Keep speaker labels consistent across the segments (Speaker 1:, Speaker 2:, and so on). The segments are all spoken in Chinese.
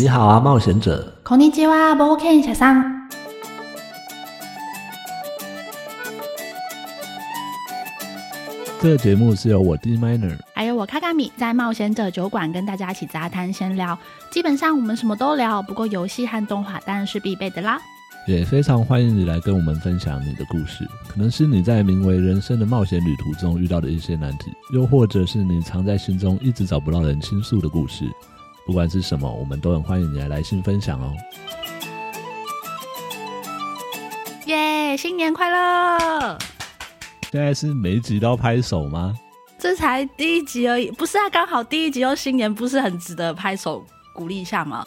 Speaker 1: 你好啊，冒险者！
Speaker 2: こんにちは、冒険者さん。
Speaker 1: 这个节目是由我 D Minor
Speaker 2: 还有我卡卡米在冒险者酒馆跟大家一起杂谈闲聊，基本上我们什么都聊，不过游戏和动画当然是必备的啦。
Speaker 1: 也非常欢迎你来跟我们分享你的故事，可能是你在名为人生的冒险旅途中遇到的一些难题，又或者是你藏在心中一直找不到人倾诉的故事。不管是什么，我们都很欢迎你来来信分享哦。
Speaker 2: 耶、新年快乐！
Speaker 1: 现在是每一集都要拍手吗？
Speaker 2: 这才第一集而已，不是啊？刚好第一集又新年，不是很值得拍手鼓励一下吗？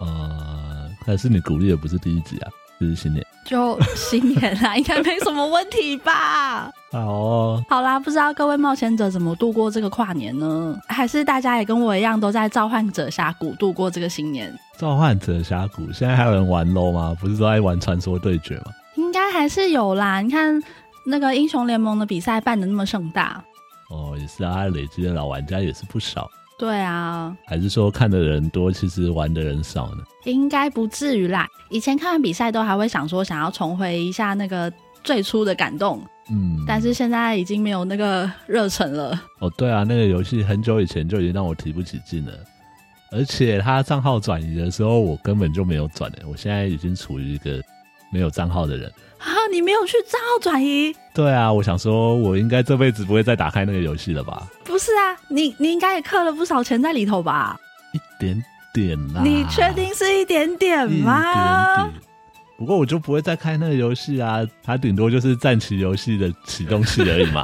Speaker 1: 呃，可是你鼓励的不是第一集啊，就是新年。
Speaker 2: 就新年 啦，应该没什么问题吧？
Speaker 1: 好哦，
Speaker 2: 好啦，不知道各位冒险者怎么度过这个跨年呢？还是大家也跟我一样，都在召唤者峡谷度过这个新年？
Speaker 1: 召唤者峡谷现在还有人玩 LO 吗？不是都在玩传说对决吗？
Speaker 2: 应该还是有啦。你看那个英雄联盟的比赛办的那么盛大，
Speaker 1: 哦，也是啊，他累积的老玩家也是不少。
Speaker 2: 对啊，
Speaker 1: 还是说看的人多，其实玩的人少呢？
Speaker 2: 应该不至于啦。以前看完比赛都还会想说想要重回一下那个最初的感动，
Speaker 1: 嗯，
Speaker 2: 但是现在已经没有那个热忱了。
Speaker 1: 哦，对啊，那个游戏很久以前就已经让我提不起劲了，而且他账号转移的时候，我根本就没有转诶，我现在已经处于一个没有账号的人。
Speaker 2: 啊，你没有去账号转移？
Speaker 1: 对啊，我想说，我应该这辈子不会再打开那个游戏了吧？
Speaker 2: 不是啊，你你应该也氪了不少钱在里头吧？
Speaker 1: 一点点啦、
Speaker 2: 你确定是一点点
Speaker 1: 一
Speaker 2: 吗？
Speaker 1: 点点。不过我就不会再开那个游戏啊，它顶多就是战棋游戏的启动器而已嘛。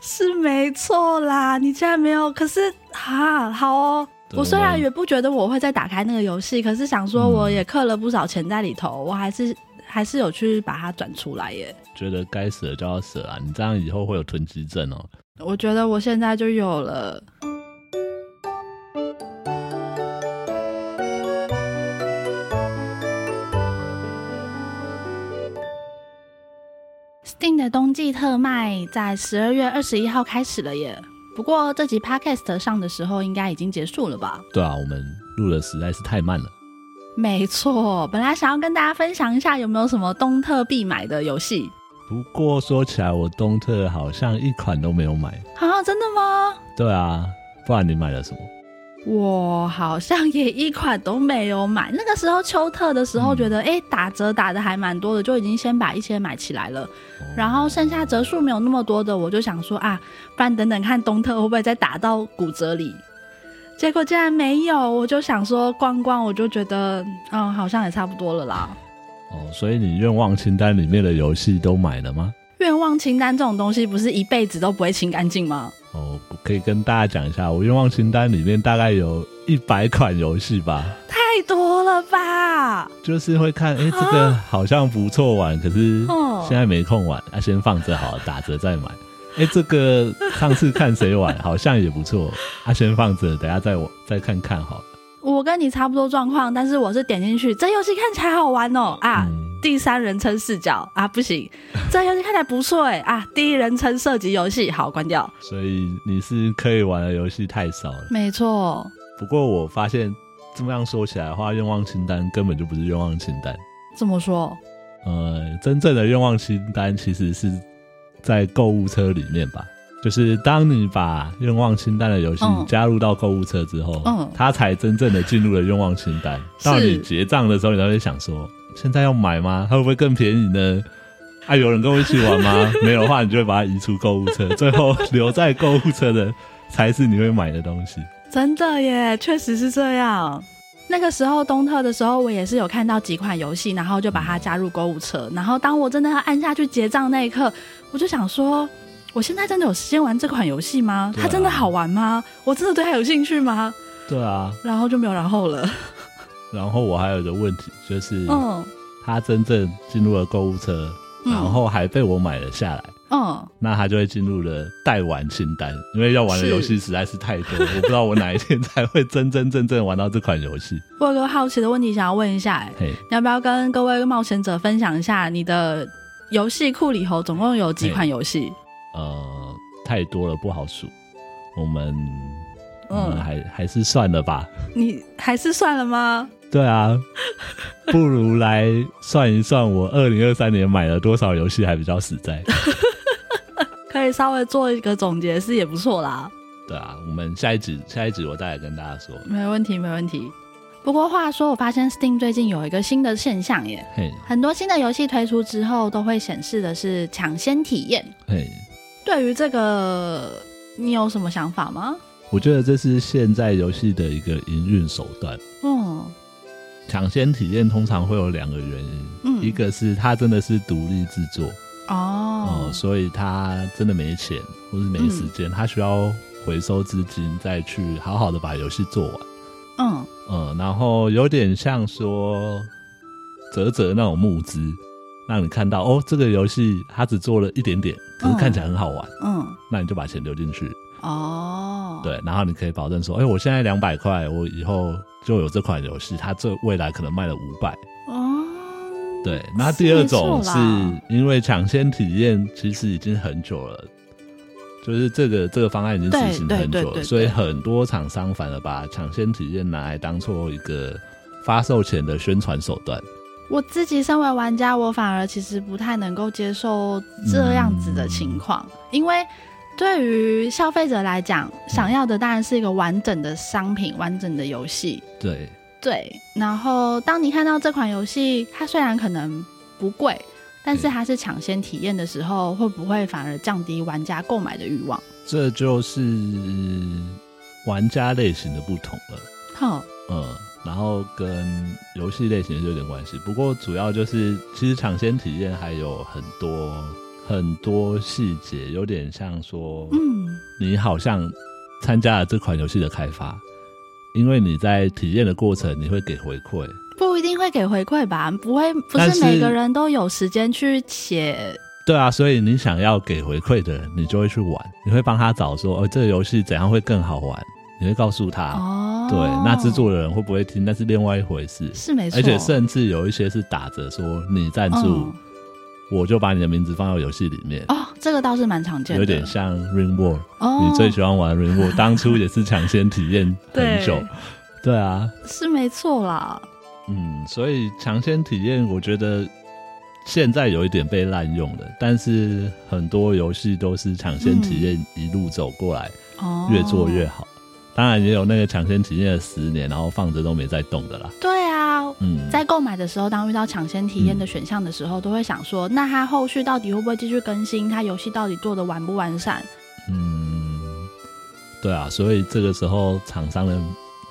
Speaker 2: 是没错啦，你竟然没有，可是啊，好哦。
Speaker 1: 对
Speaker 2: 我虽
Speaker 1: 我
Speaker 2: 然
Speaker 1: 们
Speaker 2: 也不觉得我会再打开那个游戏，可是想说
Speaker 1: 嗯
Speaker 2: 我也氪了不少钱在里头，我还是还是有去把它转出来耶。
Speaker 1: 觉得该舍就要舍啊，你这样以后会有囤积症哦。
Speaker 2: 我觉得我现在就有了。Steam 的冬季特卖在十二月二十一号开始了耶，不过这集 Podcast 上的时候应该已经结束了吧？
Speaker 1: 对啊，我们录的实在是太慢了。
Speaker 2: 没错，本来想要跟大家分享一下有没有什么冬特必买的游戏
Speaker 1: 不过说起来，我东特好像一款都没有买。
Speaker 2: 啊？真的吗？
Speaker 1: 对啊，不然你买了什么？
Speaker 2: 我好像也一款都没有买。那个时候秋特的时候，
Speaker 1: 嗯
Speaker 2: 觉得哎、诶打折打的还蛮多的，就已经先把一些买起来了。然后剩下折数没有那么多的，我就想说啊，不然等等看冬特会不会再打到骨折里。结果竟然没有，我就想说逛逛，我就觉得嗯，好像也差不多了啦。
Speaker 1: 哦，所以你愿望清单里面的游戏都买了吗？
Speaker 2: 愿望清单这种东西，不是一辈子都不会清干净吗？
Speaker 1: 哦，可以跟大家讲一下，我愿望清单里面大概有一百款游戏吧，
Speaker 2: 太多了吧？
Speaker 1: 就是会看，哎、这个好像不错玩，可是
Speaker 2: 啊哦
Speaker 1: 现在没空玩，那、先放着好了，打折再买。哎、这个上次看谁玩，好像也不错， 啊，先放着，等下再玩再看看好了。
Speaker 2: 我跟你差不多状况，但是我是点进去，这游戏看起来好玩哦啊！
Speaker 1: 嗯
Speaker 2: 第三人称视角啊，不行，这游戏看起来不错哎啊！第一人称射击游戏，好关掉。
Speaker 1: 所以你是可以玩的游戏太少了。
Speaker 2: 没错，
Speaker 1: 不过我发现这么样说起来的话，愿望清单根本就不是愿望清单。
Speaker 2: 这么说
Speaker 1: 呃，真正的愿望清单其实是在购物车里面吧。就是当你把愿望清单的游戏
Speaker 2: 嗯
Speaker 1: 加入到购物车之后，
Speaker 2: 嗯
Speaker 1: 它才真正的进入了愿望清单。到你结账的时候，你才会想说，现在要买吗？它会不会更便宜呢？啊，有人跟我一起玩 吗？没有的话，你就会把它移出购物车，最后留在购物车的才是你会买的东西。
Speaker 2: 真的耶，确实是这样。那个时候东特的时候，我也是有看到几款游戏，然后就把它加入购物车。然后当我真的要按下去结账那一刻，我就想说，我现在真的有时间玩这款游戏吗？
Speaker 1: 对啊
Speaker 2: 它真的好玩吗？我真的对它有兴趣吗？
Speaker 1: 对啊，
Speaker 2: 然后就没有然后了。
Speaker 1: 然后我还有一个问题，就是
Speaker 2: 嗯
Speaker 1: 他真正进入了购物车，
Speaker 2: 嗯
Speaker 1: 然后还被我买了下来，
Speaker 2: 嗯，
Speaker 1: 那他就会进入了待玩清单，因为要玩的游戏实在是太多，我不知道我哪一天才会真真正正玩到这款游戏。
Speaker 2: 我有个好奇的问题想要问一下、哎，
Speaker 1: 嘿，
Speaker 2: 你要不要跟各位冒险者分享一下你的游戏库里头总共有几款游戏？
Speaker 1: 呃，太多了不好数，我们嗯，
Speaker 2: 嗯，
Speaker 1: 还还是算了吧。
Speaker 2: 你还是算了吗？
Speaker 1: 对 啊，不如来算一算，我二零二三年买了多少游戏还比较实在。
Speaker 2: 可以稍微做一个总结是也不错啦，
Speaker 1: 对啊，我们下一集下一集我再来跟大家说。
Speaker 2: 没问题，没问题。不过话说，我发现 Steam 最近有一个新的现象耶，
Speaker 1: 嘿，
Speaker 2: 很多新的游戏推出之后都会显示的是抢先体验。
Speaker 1: 嘿，
Speaker 2: 对于这个，你有什么想法吗？
Speaker 1: 我觉得这是现在游戏的一个营运手段。
Speaker 2: 嗯
Speaker 1: 抢先体验通常会有两个原因，
Speaker 2: 嗯，
Speaker 1: 一个是它真的是独立制作哦、
Speaker 2: 哦，
Speaker 1: 所以它真的没钱或是没时间，它需要回收资金再去好好的把游戏做完。
Speaker 2: 嗯
Speaker 1: 嗯，然后有点像说泽泽那种募资，让你看到哦，这个游戏它只做了一点点，可是看起来很好玩，
Speaker 2: 嗯，
Speaker 1: 那你就把钱留进去，
Speaker 2: 哦，，
Speaker 1: 对，然后你可以保证说，哎，我现在两百块，我以后就有这款游戏，它这未来可能卖了五百。
Speaker 2: 哦，
Speaker 1: 对，那第二种
Speaker 2: 是
Speaker 1: 是
Speaker 2: 没错啦
Speaker 1: 因为抢先体验其实已经很久了。就是这个这个方案已经实行
Speaker 2: 对对
Speaker 1: 很久
Speaker 2: 对对
Speaker 1: 了，所以
Speaker 2: 对
Speaker 1: 很多厂商反而把抢先体验拿来当做一个发售前的宣传手段。
Speaker 2: 我自己身为玩家，我反而其实不太能够接受这样子的情况，因为对于消费者来讲，想要的当然是一个完整的商品、完整的游戏。
Speaker 1: 对，
Speaker 2: 对，然后当你看到这款游戏，它虽然可能不贵，但是
Speaker 1: 嗯
Speaker 2: 它是抢先体验的时候，会不会反而降低玩家购买的欲望？
Speaker 1: 这就是玩家类型的不同了。
Speaker 2: 哼，
Speaker 1: 嗯，然后跟游戏类型是有点关系，不过主要就是其实抢先体验还有很多很多细节，有点像说，
Speaker 2: 嗯，
Speaker 1: 你好像参加了这款游戏的开发，因为你在体验的过程你会给回馈，
Speaker 2: 不一定会给回馈吧？不会，不
Speaker 1: 但
Speaker 2: 是
Speaker 1: 是
Speaker 2: 每个人都有时间去写。
Speaker 1: 对啊，所以你想要给回馈的人，你就会去玩，你会帮他找说，哦，这个游戏怎样会更好玩，你会告诉他。啊
Speaker 2: 哦，
Speaker 1: 对，那制作的人会不会听，那是另外一回事。
Speaker 2: 是没错，
Speaker 1: 而且甚至有一些是打着说你赞助，
Speaker 2: 嗯
Speaker 1: 我就把你的名字放到游戏里面，
Speaker 2: 哦，这个倒是蛮常见的，
Speaker 1: 有点像 Ring World、
Speaker 2: 哦，
Speaker 1: 你最喜欢玩 Ring World，当初也是抢先体验很久。对啊，
Speaker 2: 是没错啦，
Speaker 1: 嗯，所以抢先体验，我觉得现在有一点被滥用了，但是很多游戏都是抢先体验一路走过来，
Speaker 2: 哦，
Speaker 1: 越做越好。当然也有那个抢先体验了十年，然后放着都没再动的啦。
Speaker 2: 对啊。
Speaker 1: 嗯，
Speaker 2: 在购买的时候，当遇到抢先体验的选项的时候，都会想说，那它后续到底会不会继续更新？它游戏到底做的完不完善？
Speaker 1: 嗯，对啊，所以这个时候厂商的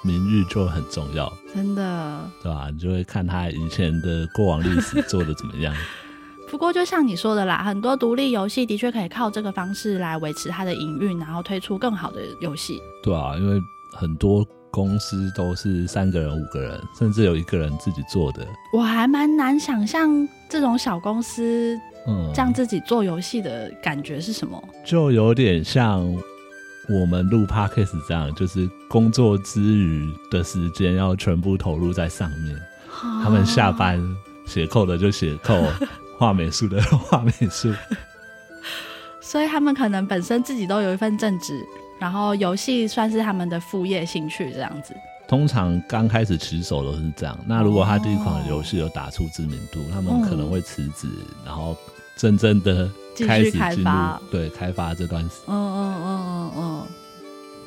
Speaker 1: 名誉就很重要，
Speaker 2: 真的。
Speaker 1: 对吧、你就会看他以前的过往历史做的怎么样。
Speaker 2: 不过就像你说的啦，很多独立游戏的确可以靠这个方式来维持它的营运，然后推出更好的游戏。
Speaker 1: 对啊，因为很多公司都是三个人、五个人，甚至有一个人自己做的。
Speaker 2: 我还蛮难想象这种小公司
Speaker 1: 嗯，
Speaker 2: 这样自己做游戏的感觉是什么。
Speaker 1: 就有点像我们录 podcast 这样，就是工作之余的时间要全部投入在上面。
Speaker 2: 哦
Speaker 1: 他们下班写扣的就写 扣，画美术的 画美术。
Speaker 2: 所以他们可能本身自己都有一份正职，然后游戏算是他们的副业兴趣这样子。
Speaker 1: 通常刚开始起手都是这样。那如果他第一款游戏有打出知名
Speaker 2: 哦
Speaker 1: 度，他们可能会辞职，然后真正的开始
Speaker 2: 继续开
Speaker 1: 进入
Speaker 2: 发
Speaker 1: 对开发这段时
Speaker 2: 嗯嗯嗯嗯嗯，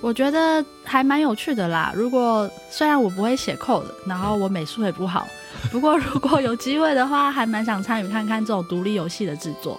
Speaker 2: 我觉得还蛮有趣的啦。如果虽然我不会写 code，然后我美术也不好，不过如果有机会的话，还蛮想参与看看这种独立游戏的制作。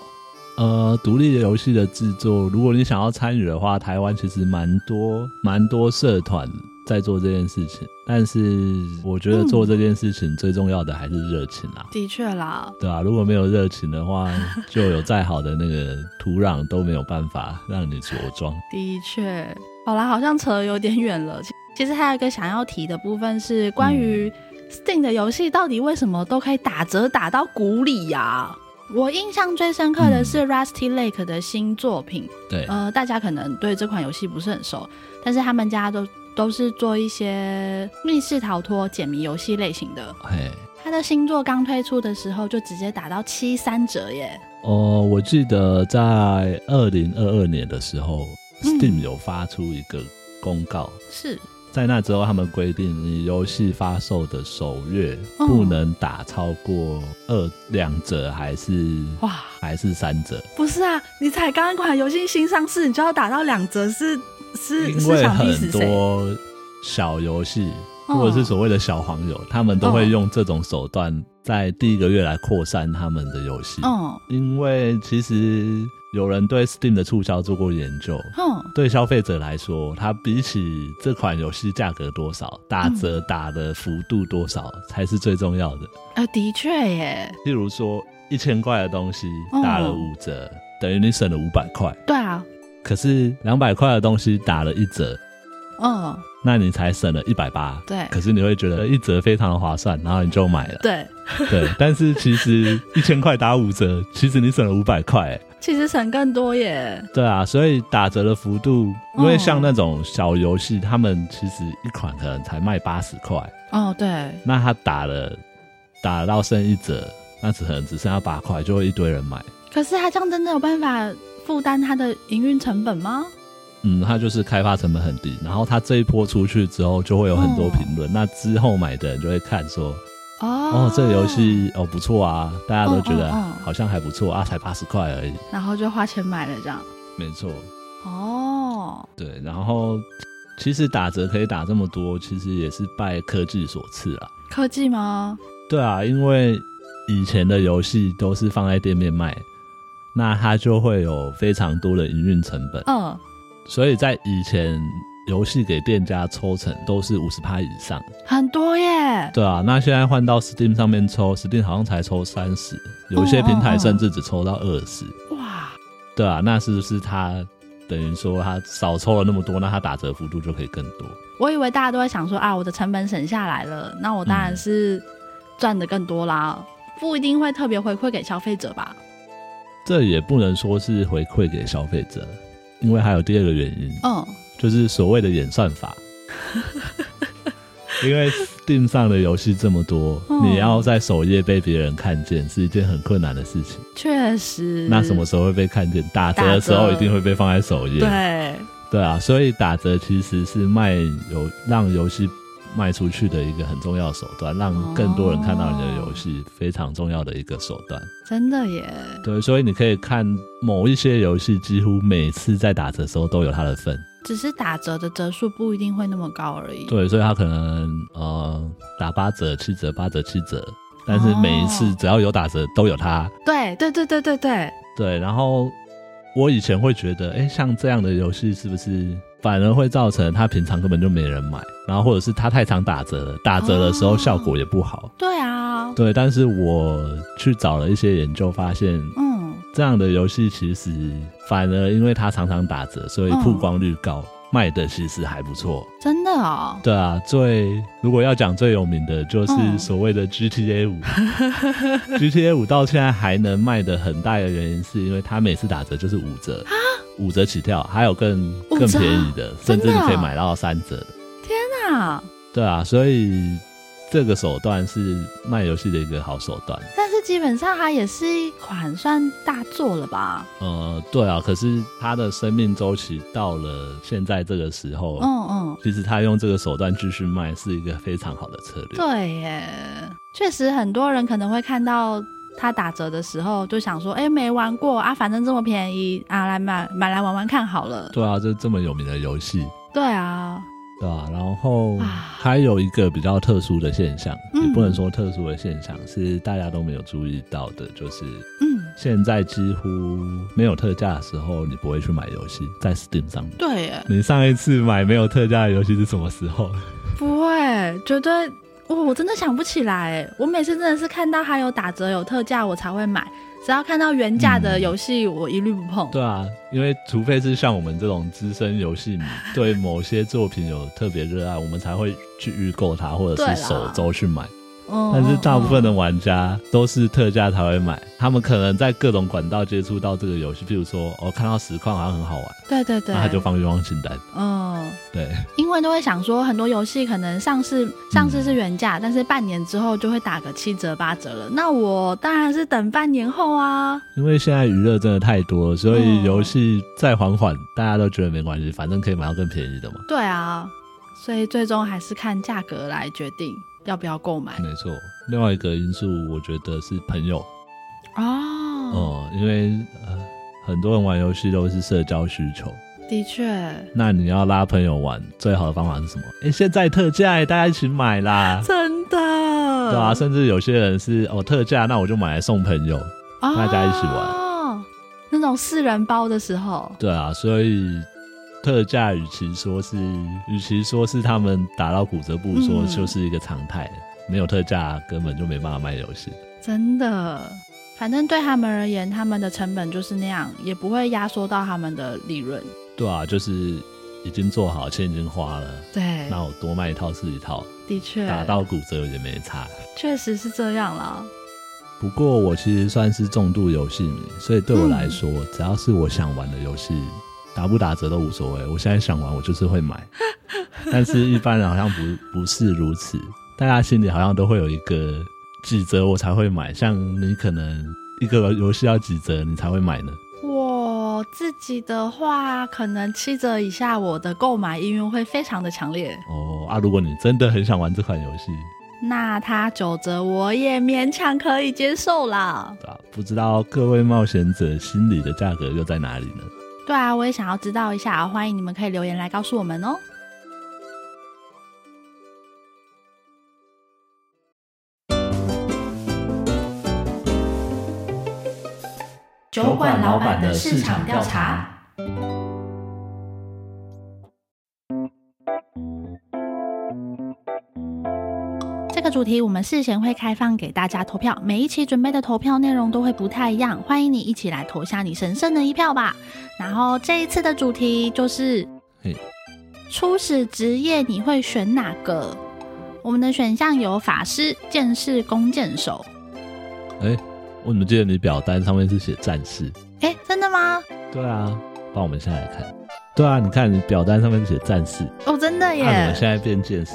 Speaker 1: 呃，独立游戏的制作，如果你想要参与的话，台湾其实蛮多蛮多社团在做这件事情。但是我觉得
Speaker 2: 嗯
Speaker 1: 做这件事情最重要的还是热情啦，
Speaker 2: 的确啦，
Speaker 1: 对啊，如果没有热情的话，就有再好的那个土壤都没有办法让你着装。
Speaker 2: 的确。好啦，好像扯有点远了。其其实还有一个想要提的部分是关于 Steam 的游戏到底为什么都可以打折打到谷里呀、我印象最深刻的是 Rusty Lake 的新作品，
Speaker 1: 对，
Speaker 2: 呃，大家可能对这款游戏不是很熟，但是他们家都都是做一些密室逃脱、解谜游戏类型的。
Speaker 1: 嘿，
Speaker 2: 他的新作刚推出的时候就直接打到七三折耶，
Speaker 1: 哦，我记得在二零二二年的时候、
Speaker 2: 嗯
Speaker 1: s t e a m 有发出一个公告，
Speaker 2: 是
Speaker 1: 在那之后他们规定，你游戏发售的首月
Speaker 2: 哦
Speaker 1: 不能打超过二两折还是
Speaker 2: 哇，
Speaker 1: 还是三折，
Speaker 2: 不是啊，你才刚刚款游戏新上市，你就要打到两折是，是
Speaker 1: 因
Speaker 2: 是
Speaker 1: 为
Speaker 2: 想逼死
Speaker 1: 很
Speaker 2: 谁？
Speaker 1: 多小游戏。
Speaker 2: 哦
Speaker 1: 或者是所谓的小黄友，他们都会用这种手段在第一个月来扩散他们的游戏。
Speaker 2: 嗯
Speaker 1: 因为其实有人对 Steam 的促销做过研究，
Speaker 2: 哼，
Speaker 1: 对消费者来说，它比起这款游戏价格多少、打折打的幅度多少才是最重要的。
Speaker 2: 呃，的确耶，
Speaker 1: 例如说，一千块的东西
Speaker 2: 哦
Speaker 1: 打了五折，等于你省了五百块；
Speaker 2: 对啊，
Speaker 1: 可是两百块的东西打了一折，
Speaker 2: 嗯，
Speaker 1: 那你才省了一百八。
Speaker 2: 对
Speaker 1: 可是你会觉得呃一折非常的划算，然后你就买了。
Speaker 2: 对，
Speaker 1: 对，但是其实一千块打五折，其实你省了五百块。欸
Speaker 2: 其实省更多耶，
Speaker 1: 对啊，所以打折的幅度，因为
Speaker 2: 哦
Speaker 1: 像那种小游戏，他们其实一款可能才卖八十块，
Speaker 2: 哦，对，
Speaker 1: 那他打了打到剩一折，那只可能只剩下八块，就会一堆人买。
Speaker 2: 可是他这样真的有办法负担他的营运成本吗？
Speaker 1: 嗯，它就是开发成本很低，然后它这一波出去之后，就会有很多评论。那之后买的人就会看说，
Speaker 2: 哦，
Speaker 1: 哦，这个游，戏哦不错啊，大家都觉得
Speaker 2: 哦哦哦
Speaker 1: 好像还不错啊，才八十块而已。
Speaker 2: 然后就花钱买了这样，
Speaker 1: 没错，
Speaker 2: 哦，
Speaker 1: 对，然后其实打折可以打这么多，其实也是拜科技所赐啦。
Speaker 2: 科技吗？
Speaker 1: 对啊，因为以前的游戏都是放在店面卖，那它就会有非常多的营运成本，
Speaker 2: 嗯，
Speaker 1: 所以在以前游戏给店家抽成都是五十趴以上。
Speaker 2: 很多耶，
Speaker 1: 对啊，那现在换到 Steam 上面抽，Steam 好像才抽三十，有一些平台甚至只抽到二十。
Speaker 2: 哇，
Speaker 1: 对啊，那是不是它等于说它少抽了那么多，那它打折幅度就可以更多？
Speaker 2: 我以为大家都会想说啊，我的成本省下来了，那我
Speaker 1: 嗯
Speaker 2: 当然是赚的更多啦，不一定会特别回馈给消费者吧？
Speaker 1: 这也不能说是回馈给消费者，因为还有第二个原因，
Speaker 2: 嗯，
Speaker 1: 就是所谓的演算 法。因为 Steam 上的游戏这么多，
Speaker 2: 嗯
Speaker 1: 你要在首页被别人看见是一件很困难的事情。
Speaker 2: 确实。
Speaker 1: 那什么？时候会被看见？打折的时
Speaker 2: 嗯打
Speaker 1: 候
Speaker 2: 折
Speaker 1: 一定会被放在首页。
Speaker 2: 对，
Speaker 1: 对啊，所以打折其实是卖游让游戏卖出去的一个很重要的手段，让更多人看到你的游戏，非常重要的一个手段。
Speaker 2: 真的耶，
Speaker 1: 对，所以你可以看某一些游戏，几乎每次在打折的时候都有它的份。
Speaker 2: 只是打折的折数不一定会那么高而已。
Speaker 1: 对，所以它可能呃打八折、七折、八折、七折，但是每一次
Speaker 2: 哦
Speaker 1: 只要有打折都有它。
Speaker 2: 对，对，对，对，对，对，
Speaker 1: 对，然后我以前会觉得，哎，像这样的游戏是不是反而会造成它平常根本就没人买，然后或者是它太常打折了，打折的时候
Speaker 2: 哦
Speaker 1: 效果也不好。
Speaker 2: 对啊，
Speaker 1: 对，但是我去找了一些研究，发现
Speaker 2: 嗯，
Speaker 1: 这样的游戏其实反而因为它常常打折，所以曝光率高，卖的其实还不错。
Speaker 2: 真的哦，
Speaker 1: 对啊，最如果要讲最有名的就是
Speaker 2: 嗯
Speaker 1: 所谓的 GTA 五、g t a 五到现在还能卖的很大的原因，是因为它每次打折就是五折，五折起跳，还有更
Speaker 2: 啊五
Speaker 1: 更
Speaker 2: 折
Speaker 1: 便宜的，甚至
Speaker 2: 真
Speaker 1: 你
Speaker 2: 的
Speaker 1: 可以买到三折的。
Speaker 2: 真的啊。
Speaker 1: 对啊，所以这个手段是卖游戏的一个好手段。
Speaker 2: 但是基本上它也是一款算大作了吧？
Speaker 1: 呃，对啊，可是他的生命周期到了现在这个时候，
Speaker 2: 嗯嗯，
Speaker 1: 其实他用这个手段继续卖是一个非常好的策略。
Speaker 2: 对耶，确实很多人可能会看到它打折的时候，就想说，哎、没玩过啊，反正这么便宜啊，来买买来玩玩看好了。
Speaker 1: 对啊，这这么有名的游戏，
Speaker 2: 对啊，
Speaker 1: 对啊，然后
Speaker 2: 啊
Speaker 1: 还有一个比较特殊的现象，
Speaker 2: 嗯
Speaker 1: 也不能说特殊的现象，是大家都没有注意到的，就是
Speaker 2: 嗯，
Speaker 1: 现在几乎没有特价的时候，你不会去买游戏，在 Steam 上面。
Speaker 2: 对耶，
Speaker 1: 你上一次买没有特价的游戏是什么时候？
Speaker 2: 不会，绝对。我、我真的想不起来，我每次真的是看到它有打折有特价我才会买，只要看到原价的
Speaker 1: 嗯
Speaker 2: 游戏我一律不碰。
Speaker 1: 对啊，因为除非是像我们这种资深游戏 迷，对某些作品有特别热爱，我们才会去预购它，或者
Speaker 2: 对
Speaker 1: 是
Speaker 2: 啦
Speaker 1: 首周去买。
Speaker 2: 嗯
Speaker 1: 但是大部分的玩家都是特价才会买，他们可能在各种管道接触到这个游戏，譬如说哦，看到实况好像很好玩，
Speaker 2: 对对对，
Speaker 1: 那他就放愿望清单。
Speaker 2: 嗯，
Speaker 1: 对，
Speaker 2: 因为都会想说，很多游戏可能上市上市是原价，但是半年之后就会打个七折八折了。那我当然是等半年后啊。
Speaker 1: 因为现在娱乐真的太多，所
Speaker 2: 嗯
Speaker 1: 以游戏再缓缓，大家都觉得没关系，反正可以买到更便宜的嘛。
Speaker 2: 对啊，所以最终还是看价格来决定要不要购买
Speaker 1: 没错，另外一个因素我觉得是朋友
Speaker 2: 哦。
Speaker 1: 哦、因为呃很多人玩游戏都是社交需求，
Speaker 2: 的确，。
Speaker 1: 那你要拉朋友玩，最好的方法是什么？哎、现在特价耶，大家一起买啦
Speaker 2: 真的，
Speaker 1: 对啊，甚至有些人是哦特价，那我就买来送朋友。
Speaker 2: 哦
Speaker 1: 大家一起玩
Speaker 2: 那种四人包的时候，
Speaker 1: 对啊，所以特价与其说是，与其说是他们打到骨折，不如说
Speaker 2: 嗯
Speaker 1: 就是一个常态。没有特价，根本就没办法卖游戏。
Speaker 2: 真的，反正对他们而言，他们的成本就是那样，也不会压缩到他们的利润。
Speaker 1: 对啊，就是已经做好，钱已经花了，
Speaker 2: 对，
Speaker 1: 那我多卖一套是一套，
Speaker 2: 的确，
Speaker 1: 打到骨折也没差。
Speaker 2: 确实是这样啦。
Speaker 1: 不过我其实算是重度游戏迷，所以对我
Speaker 2: 嗯
Speaker 1: 来说，只要是我想玩的游戏，打不打折都无所谓。我现在想玩，我就是会买。 但是一般人好像不不是如此，大家心里好像都会有一个几折我才会买。像你可能一个游戏要几折你才会买呢？
Speaker 2: 我自己的话，可能七折以下，我的购买意愿会非常的强烈。
Speaker 1: 哦啊，如果你真的很想玩这款游戏，
Speaker 2: 那它九折，我也勉强可以接受啦。
Speaker 1: 对吧、不知道各位冒险者心里的价格又在哪里呢？
Speaker 2: 对啊，我也想要知道一下，欢迎你们可以留言来告诉我们哦。酒馆老板的市场调查。这个主题我们事前会开放给大家投票，每一期准备的投票内容都会不太一样，欢迎你一起来投下你神圣的一票吧。然后这一次的主题就是
Speaker 1: 嘿，
Speaker 2: 初始职业你会选哪个？我们的选项有法师、剑士、弓箭手。
Speaker 1: 哎，我怎么记得你表单上面是写战士？
Speaker 2: 哎，真的吗？
Speaker 1: 对啊，帮我们现在来看。对啊，你看你表单上面写战士，
Speaker 2: 哦，真的
Speaker 1: 那、我
Speaker 2: 耶
Speaker 1: 啊们。现在变剑士，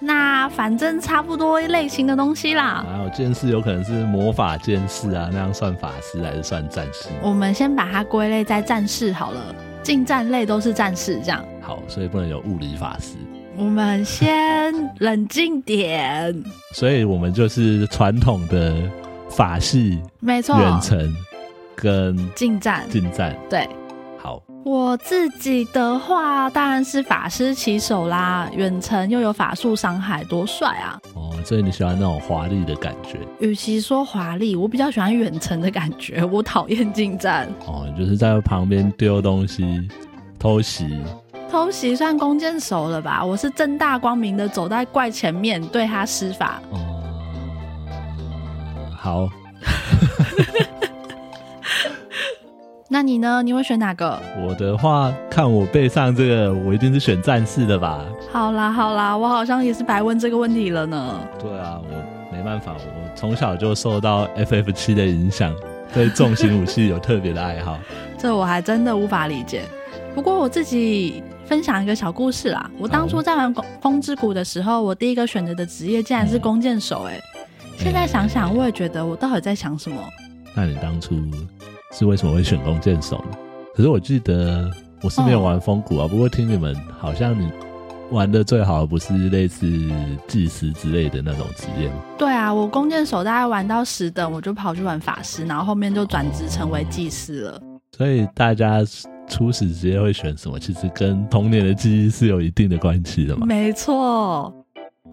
Speaker 2: 那反正差不多类型的东西啦。
Speaker 1: 然后啊剑士有可能是魔法剑士啊，那样算法师还是算战士？
Speaker 2: 我们先把它归类在战士好了，近战类都是战士这样。
Speaker 1: 好，所以不能有物理法师，
Speaker 2: 我们先冷静点，
Speaker 1: 所以我们就是传统的法系
Speaker 2: 没错，
Speaker 1: 远程跟
Speaker 2: 近战。
Speaker 1: 近战。
Speaker 2: 对
Speaker 1: 好，
Speaker 2: 我自己的话，当然是法师骑手啦，远程又有法术伤害，多帅啊！
Speaker 1: 哦，所以你喜欢那种华丽的感觉
Speaker 2: 与其说华丽，我比较喜欢远程的感觉，我讨厌近战。
Speaker 1: 哦，你就是在旁边丢东西、偷袭，
Speaker 2: 偷袭算弓箭手了吧？我是正大光明的走在怪前面，对他施法。
Speaker 1: 嗯，哦好，
Speaker 2: 那你呢？你会选哪个？
Speaker 1: 我的话，看我背上这个，我一定是选战士的吧？
Speaker 2: 好啦好啦，我好像也是白问这个问题了呢。
Speaker 1: 对啊，我没办法，我从小就受到 FF 七的影响，对重型武器有特别的爱 好。
Speaker 2: 这我还真的无法理解。不过我自己分享一个小故事啦。我当初在玩风《风之谷》的时候，我第一个选择的职业竟然是弓箭手、哎，现在想想，我也觉得我到底在想什么？
Speaker 1: 那你当初是为什么会选弓箭手呢？可是我记得我是没有玩风谷啊，不过听你们好像你玩的最好的不是类似祭司之类的那种职业吗？
Speaker 2: 对啊，我弓箭手大概玩到十等，我就跑去玩法师，然后后面就转职成为祭司了。
Speaker 1: 所以大家初始职业会选什么，其实跟童年的记忆是有一定的关系的嘛。
Speaker 2: 没错，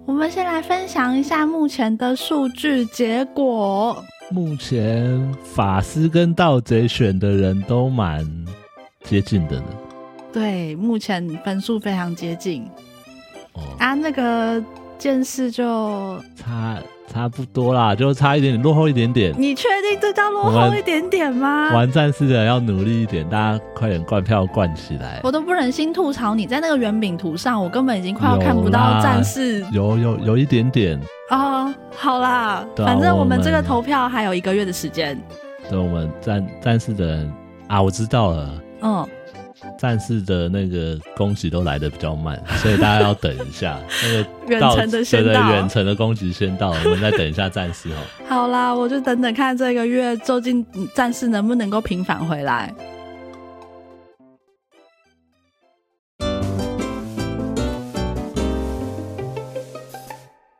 Speaker 2: 我们先来分享一下目前的数据结果。
Speaker 1: 目前法师跟盗贼选的人都蛮接近的呢。
Speaker 2: 对，目前分数非常接近啊
Speaker 1: 哦，
Speaker 2: 啊。那个剑士就
Speaker 1: 差差不多啦，就差一点点，落后一点点。
Speaker 2: 你确定这叫落后一点点吗？
Speaker 1: 玩战士的要努力一点，大家快点灌票灌起来。
Speaker 2: 我都不忍心吐槽你在那个圆饼图上，我根本已经快要看不到战士
Speaker 1: 有有有一点点
Speaker 2: 哦。好啦，
Speaker 1: 对啊
Speaker 2: 反正我们
Speaker 1: 我们
Speaker 2: 这个投票还有一个月的时间。
Speaker 1: 对，我们战战士的人啊，我知道了，
Speaker 2: 嗯，
Speaker 1: 战士的那个攻击都来的比较 慢，所以大家要等一下。那个
Speaker 2: 远
Speaker 1: 到
Speaker 2: 程的先
Speaker 1: 对
Speaker 2: 到
Speaker 1: 对，远程的攻击先到，我们再等一下战士哦。
Speaker 2: 好啦，我就等等看这个月究竟嗯战士能不能够平反回来。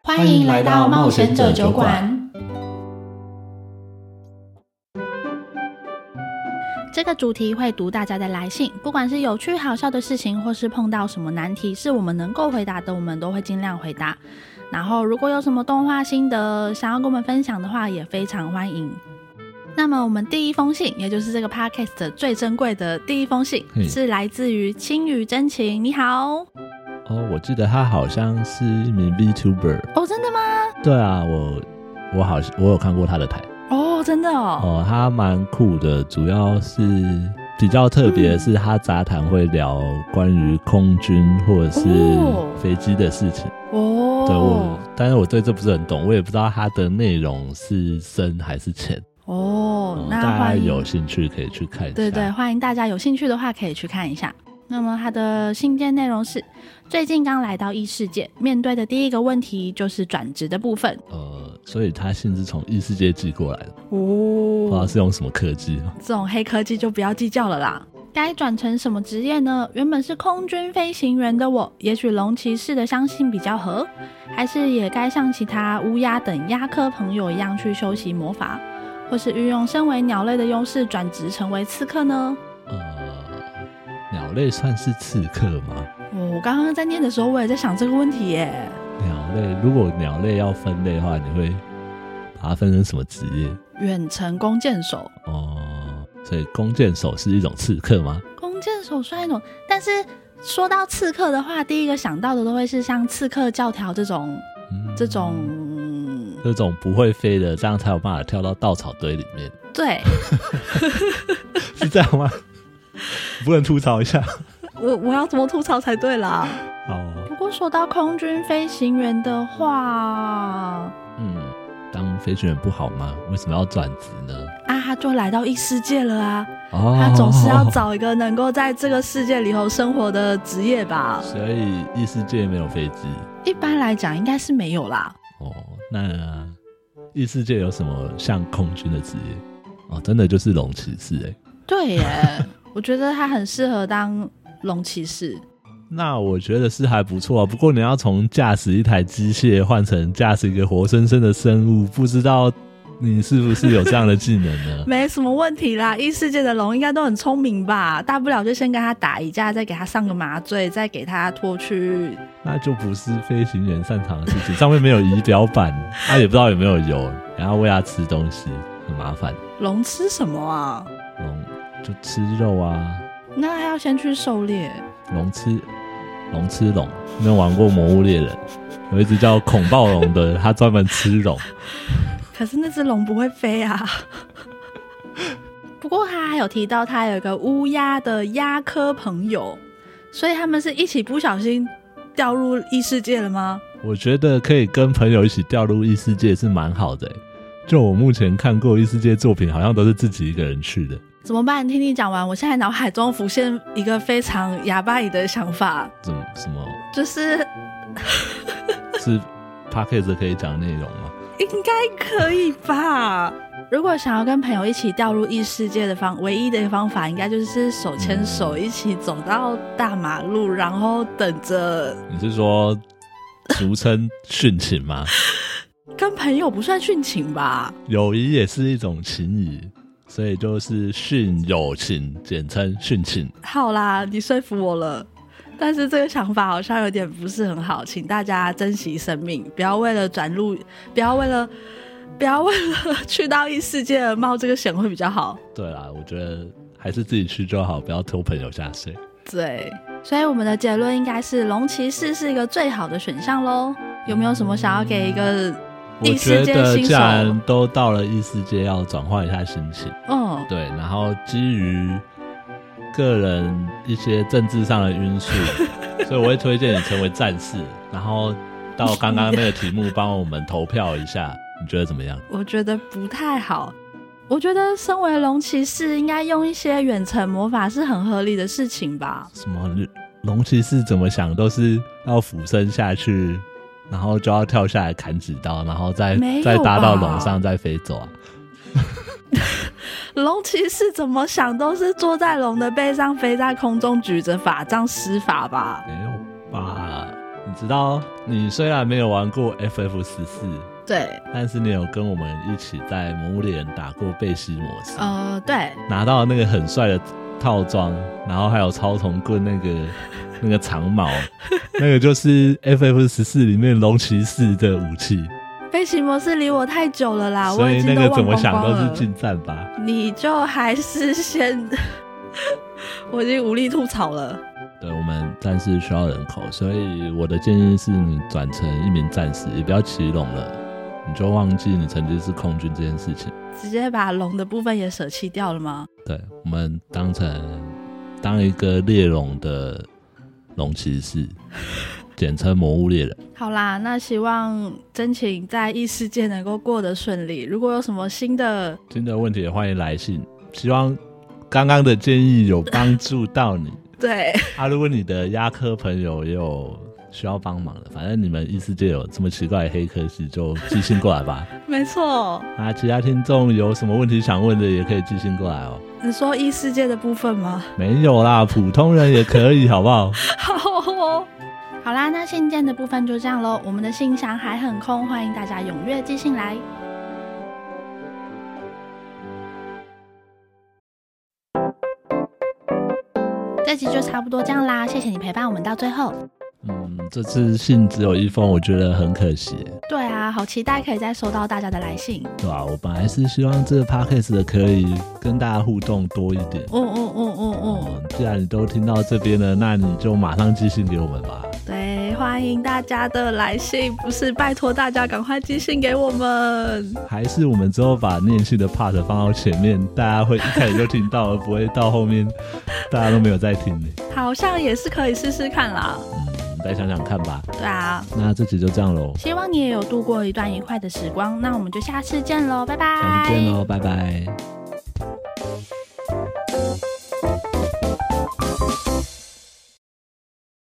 Speaker 2: 欢
Speaker 3: 迎来到冒险者酒馆。
Speaker 2: 这个主题会读大家的来信，不管是有趣好笑的事情，或是碰到什么难题是我们能够回答的，我们都会尽量回答。然后，如果有什么动画心得想要跟我们分享的话，也非常欢迎。那么，我们第一封信，也就是这个 podcast 最珍贵的第一封信，
Speaker 1: 嗯
Speaker 2: 是来自于青雨真情。你好，
Speaker 1: 哦，我记得他好像是一名 VTuber。
Speaker 2: 哦，真的吗？
Speaker 1: 对啊，我我好像我有看过他的台
Speaker 2: 哦，真的哦。
Speaker 1: 哦，他蛮酷的，主要是比较特别的是他杂谈会聊关于空军或者是
Speaker 2: 哦
Speaker 1: 飞机的事情。
Speaker 2: 哦，
Speaker 1: 对我，但是我对这不是很懂，我也不知道它的内容是深还是浅。
Speaker 2: 哦
Speaker 1: 嗯，
Speaker 2: 那
Speaker 1: 大家
Speaker 2: 欢迎
Speaker 1: 有兴趣可以去看一下。
Speaker 2: 对对，欢迎大家有兴趣的话可以去看一下。那么他的信件内容是：最近刚来到异世界，面对的第一个问题就是转职的部分。
Speaker 1: 呃，所以它信是从异世界寄过来的，不知道
Speaker 2: 哦，
Speaker 1: 是用什么科技。
Speaker 2: 这种黑科技就不要计较了啦。该转成什么职业呢？原本是空军飞行员的我，也许龙骑士的相信比较合，还是也该像其他乌鸦等鸦科朋友一样去修习魔法，或是运用身为鸟类的优势转职成为刺客呢？
Speaker 1: 呃，鸟类算是刺客吗？
Speaker 2: 哦，我刚刚在念的时候，我也在想这个问题耶。
Speaker 1: 鸟类如果鸟类要分类的话，你会把它分成什么职业？
Speaker 2: 远程弓箭手，
Speaker 1: 哦、所以弓箭手是一种刺客吗？
Speaker 2: 弓箭手算一种，但是说到刺客的话，第一个想到的都会是像刺客教条这种
Speaker 1: 嗯
Speaker 2: 这种。嗯
Speaker 1: 这种不会飞的，这样才有办法跳到稻草堆里面，
Speaker 2: 对
Speaker 1: 是这样吗？ 不能吐槽一下？
Speaker 2: 我，我要怎么吐槽才对啦？
Speaker 1: 哦，
Speaker 2: 不过说到空军飞行员的话，啊，
Speaker 1: 嗯，当飞行员不好吗？为什么要转职呢？
Speaker 2: 啊他就来到异世界了啊，
Speaker 1: 哦，
Speaker 2: 他总是要。找一个能够在这个世界里头生活的职业吧。
Speaker 1: 哦所以异世界没有飞机
Speaker 2: 一般来讲，应该是没有啦。
Speaker 1: 哦。那异世界有什么像空军的职业？哦，真的就是龙骑士哎、
Speaker 2: 对耶，我觉得他很适合当龙骑士。？
Speaker 1: 那我觉得是还不错啊，不过你要从驾驶一台机械换成驾驶一个活生生的生物，不知道你是不是有这样的技能呢
Speaker 2: 没什么问题啦，异世界的龙应该都很聪明吧？大不了就先跟他打一架，再给他上个麻醉，再给他拖去。
Speaker 1: 那就不是飞行员擅长的事情，上面没有仪表板，他、也不知道有没有油，然后喂它吃东西，很麻烦。
Speaker 2: 龙吃什么啊？
Speaker 1: 龙就吃肉啊，
Speaker 2: 那还要先去狩猎。
Speaker 1: 龙吃龙吃龙，你有玩过《魔物猎人》？有一只叫恐暴龙的，它专门吃龙。
Speaker 2: 可是那只龙不会飞啊。 不过他还有提到，他有一个乌鸦的鸦科朋友，所以他们是一起不小心掉入异世界了吗？
Speaker 1: 我觉得可以跟朋友一起掉入异世界是蛮好的欸、就我目前看过异世界作品，好像都是自己一个人去的，
Speaker 2: 怎么办？听你讲完，我现在脑海中浮现一个非常哑巴语的想法，
Speaker 1: 怎么什么
Speaker 2: 就是
Speaker 1: 是 p a c k a g e 可以讲内容吗？
Speaker 2: 应该可以吧？如果想要跟朋友一起掉入异世界的方，唯一的方法应该就是手牵手一起走到大马路，然后等着
Speaker 1: 你是说俗称殉情吗？
Speaker 2: 跟朋友不算殉情吧？
Speaker 1: 友谊也是一种情谊，所以就是殉友情，简称殉情。
Speaker 2: 好啦，你说服我了。但是这个想法好像有点不是很好，请大家珍惜生命，不要为了转入，不要为了，不要为了去到异世界而冒这个险会比较好。
Speaker 1: 对啦，我觉得还是自己去就好，不要拖朋友下水。
Speaker 2: 对，所以我们的结论应该是龙骑士是一个最好的选项喽。有没有什么想要给一个
Speaker 1: 我
Speaker 2: 异
Speaker 1: 觉
Speaker 2: 世界
Speaker 1: 得
Speaker 2: 新
Speaker 1: 既
Speaker 2: 手
Speaker 1: 然都到了异世界，要转换一下心情。
Speaker 2: 嗯，
Speaker 1: 对，然后基于个人一些政治上的因 素，所以我会推荐你成为战士。然后到刚刚那个题目，帮我们投票一下，你觉得怎么样？
Speaker 2: 我觉得不太好。我觉得身为龙骑士，应该用一些远程魔法是很合理的事情吧。
Speaker 1: 什么龙骑士怎么想都是要俯身下去，然后就要跳下来砍几刀，然后再
Speaker 2: 没有
Speaker 1: 再搭到
Speaker 2: 吧
Speaker 1: 龙上再飞走啊。
Speaker 2: 龙骑士怎么想都是坐在龙的背上，飞在空中，举着法杖施法吧？
Speaker 1: 没有吧？你知道，你虽然没有玩过 FF 十四，
Speaker 2: 对，
Speaker 1: 但是你有跟我们一起在《魔物猎人》打过贝西模式，
Speaker 2: 呃，对，
Speaker 1: 拿到那个很帅的套装，然后还有超铜棍那个 那个长矛，那个就是 FF 十四里面龙骑士的武器，
Speaker 2: 飞行模式离我太久了啦，
Speaker 1: 所
Speaker 2: 啊我已
Speaker 1: 以
Speaker 2: 经
Speaker 1: 那
Speaker 2: 都
Speaker 1: 个
Speaker 2: 忘
Speaker 1: 怎么
Speaker 2: 光
Speaker 1: 想
Speaker 2: 光
Speaker 1: 都是
Speaker 2: 了。
Speaker 1: 近战吧。
Speaker 2: 你就还是先， 我已经无力吐槽了。
Speaker 1: 对我们战士需要人口，所以我的建议是你转成一名战士，也不要骑龙了，你就忘记你曾经是空军这件事情。
Speaker 2: 直接把龙的部分也舍弃掉了吗？
Speaker 1: 对，我们当成当一个猎龙的龙骑士，简称魔物猎人。
Speaker 2: 好啦，那希望真情在异世界能够过得顺利。如果有什么新的，
Speaker 1: 新的问题也欢迎来信，希望刚刚的建议有帮助到你。
Speaker 2: 对
Speaker 1: 啊，如果你的压科朋友也有需要帮忙的，反正你们异世界有这么奇怪的黑科技，就寄信过来吧。
Speaker 2: 没错，
Speaker 1: 那其他听众有什么问题想问的，也可以寄信过来哦。
Speaker 2: 你说异世界的部分吗？
Speaker 1: 没有啦，普通人也可以，好不好？
Speaker 2: 好哦。好啦，那信件的部分就这样喽。我们的信箱还很空，欢迎大家踊跃寄信来。这集就差不多这样啦，谢谢你陪伴我们到最后。
Speaker 1: 嗯，这次信只有一封，我觉得很可惜耶，
Speaker 2: 对啊，好期待可以再收到大家的来信。
Speaker 1: 对吧、我本来是希望这个 podcast 的可以跟大家互动多一点。
Speaker 2: 嗯嗯嗯嗯嗯，
Speaker 1: 嗯，既然你都听到这边了，那你就马上寄信给我们吧。
Speaker 2: 对，欢迎大家的来信，不是拜托大家赶快寄信给我们。
Speaker 1: 还是我们之后把念信的 part 放到前面，大家会一开始就听到，而不会到后面大家都没有在听呢。
Speaker 2: 好像也是可以试试看啦。
Speaker 1: 嗯，再想想看吧。
Speaker 2: 对啊，
Speaker 1: 那这集就这样喽，
Speaker 2: 希望你也有度过一段愉快的时光。那我们就下次见喽，拜拜。
Speaker 1: 下次见喽，拜拜。